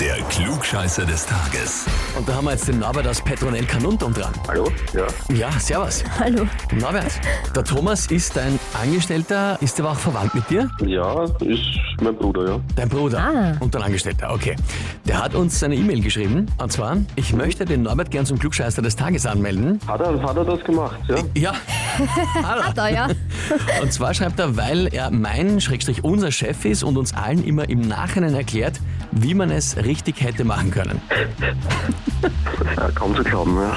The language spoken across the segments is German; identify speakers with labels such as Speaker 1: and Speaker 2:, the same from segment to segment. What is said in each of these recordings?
Speaker 1: Der Klugscheißer des Tages.
Speaker 2: Und da haben wir jetzt den Norbert aus Petronell Kanuntum dran.
Speaker 3: Hallo? Ja.
Speaker 2: Ja, servus.
Speaker 4: Hallo.
Speaker 2: Norbert, der Thomas ist dein Angestellter, ist aber auch verwandt mit dir?
Speaker 3: Ja, ist mein Bruder, ja.
Speaker 2: Dein Bruder
Speaker 4: Ah.
Speaker 2: und dein Angestellter, okay. Der hat uns seine E-Mail geschrieben, und zwar, ich möchte den Norbert gern zum Klugscheißer des Tages anmelden.
Speaker 3: Hat er, hat er das gemacht, ja?
Speaker 2: Ja,
Speaker 4: Hat er, ja.
Speaker 2: und zwar schreibt er, weil er mein, Schrägstrich unser Chef ist und uns allen immer im Nachhinein erklärt, wie man es richtig hätte machen können.
Speaker 3: ja kaum zu glauben, ja.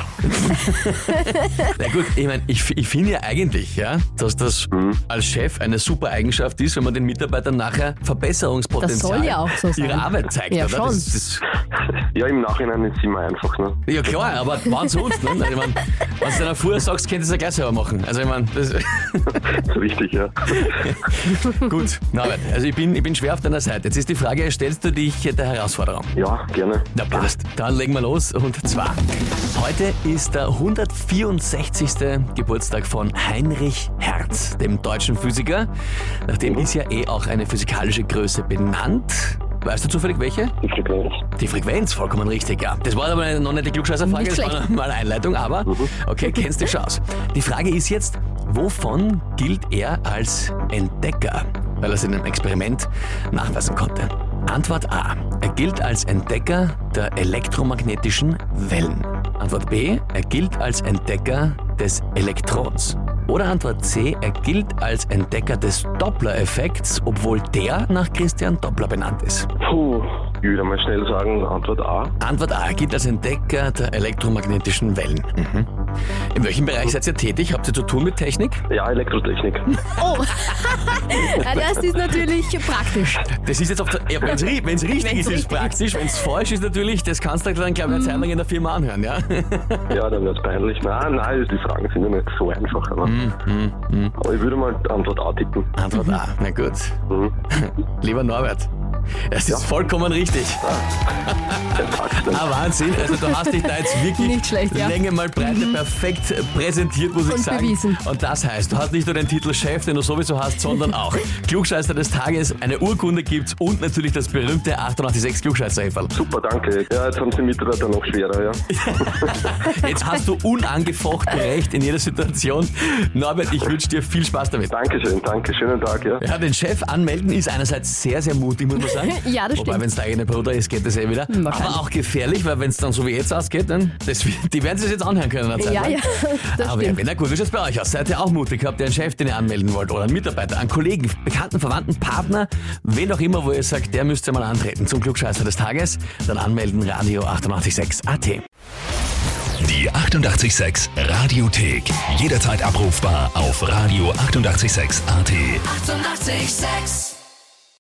Speaker 2: Na gut, ich meine, ich, ich finde ja eigentlich, ja, dass das als Chef eine super Eigenschaft ist, wenn man den Mitarbeitern nachher Verbesserungspotenzial
Speaker 4: Das soll ja auch so sein.
Speaker 2: ihrer Arbeit zeigt.
Speaker 4: Ja,
Speaker 2: oder?
Speaker 4: schon.
Speaker 2: Das, das,
Speaker 3: Ja, im Nachhinein ist immer einfach, ne?
Speaker 2: ja klar, aber wann sonst? Ne? Ich mein, wenn du dann vorher sagst, könntest du es ja gleich selber machen. Also ich meine, das
Speaker 3: Richtig, ja.
Speaker 2: gut. Norbert, also ich bin, ich bin schwer auf deiner Seite. Jetzt ist die Frage, stellst du dich der Herausforderung?
Speaker 3: Ja, gerne.
Speaker 2: Na passt, dann legen wir los und zwar. Heute ist der 164. Geburtstag von Heinrich Hertz, dem deutschen Physiker. Nach dem ist ja eh auch eine physikalische Größe benannt. Weißt du zufällig welche?
Speaker 3: Die Frequenz.
Speaker 2: Die Frequenz, vollkommen richtig, ja. Das war aber noch nicht die Klugscheißerfrage,
Speaker 4: Nicht
Speaker 2: das war
Speaker 4: schlecht.
Speaker 2: mal eine Einleitung, aber okay, kennst du schon aus. Die Frage ist jetzt, wovon gilt er als Entdecker? Weil er es in einem Experiment nachweisen konnte. Antwort A. Er gilt als Entdecker der elektromagnetischen Wellen. Antwort B. Er gilt als Entdecker des Elektrons. Oder Antwort C. Er gilt als Entdecker des Doppler-Effekts, obwohl der nach Christian Doppler benannt ist.
Speaker 3: Puh. Ich würde mal schnell sagen, Antwort A.
Speaker 2: Antwort A gilt als Entdecker der elektromagnetischen Wellen. Mhm. In welchem Bereich seid ihr tätig? Habt ihr zu tun mit Technik?
Speaker 3: Ja, Elektrotechnik.
Speaker 4: Oh. ja, das ist natürlich praktisch.
Speaker 2: Das ist jetzt auf der. Ja, wenn's, ri- wenn's richtig ist, ist es praktisch. Wenn's falsch ist, natürlich, das kannst du dir dann, glaube ich, eine Zeit lang in der Firma anhören, ja?
Speaker 3: ja, dann wäre es peinlich. Nein, nein, die Fragen sind ja nicht so einfach, aber. Aber ich würde mal Antwort A tippen.
Speaker 2: Antwort A. Na gut.
Speaker 3: Mhm.
Speaker 2: Lieber Norbert. Es ist vollkommen richtig.
Speaker 3: ne?
Speaker 2: Ah, Wahnsinn. Also du hast dich da jetzt wirklich
Speaker 4: Nicht schlecht, ja. Mhm.
Speaker 2: Länge mal Breite perfekt präsentiert, muss ich
Speaker 4: Und
Speaker 2: sagen.
Speaker 4: bewiesen.
Speaker 2: Und das heißt, du hast nicht nur den Titel Chef, den du sowieso hast, sondern auch Klugscheißer des Tages, eine Urkunde gibt's und natürlich das berühmte 886 klugscheißer -Häferl.
Speaker 3: Super, danke. Ja, jetzt haben sie Mitarbeiter noch schwerer, ja.
Speaker 2: Jetzt hast du unangefochten recht in jeder Situation. Norbert, ich wünsche dir viel Spaß damit.
Speaker 3: Dankeschön, danke. Schönen Tag, ja.
Speaker 2: Ja, den Chef anmelden ist einerseits sehr, sehr mutig, muss man sagen.
Speaker 4: Ja, das
Speaker 2: Wobei,
Speaker 4: stimmt.
Speaker 2: wenn es der eigene Bruder ist, geht das eh wieder.
Speaker 4: Wahrscheinlich.
Speaker 2: Aber auch gefährlich, weil wenn es dann so wie jetzt ausgeht, dann, das, die werden sich jetzt anhören können. eine Zeit
Speaker 4: Ja,
Speaker 2: lang.
Speaker 4: ja, das
Speaker 2: Aber
Speaker 4: stimmt.
Speaker 2: ja, na gut, wie schaut's bei euch aus? Seid ihr auch mutig? Habt ihr einen Chef, den ihr anmelden wollt? Oder einen Mitarbeiter, einen Kollegen, Bekannten, Verwandten, Partner? Wen auch immer, wo ihr sagt, der müsst ihr mal antreten zum Klugscheißer des Tages? Dann anmelden, Radio 886 AT.
Speaker 1: Die 88,6 Radiothek. Jederzeit abrufbar auf radio886.at. 88,6.
Speaker 5: Eighty-eight, sex.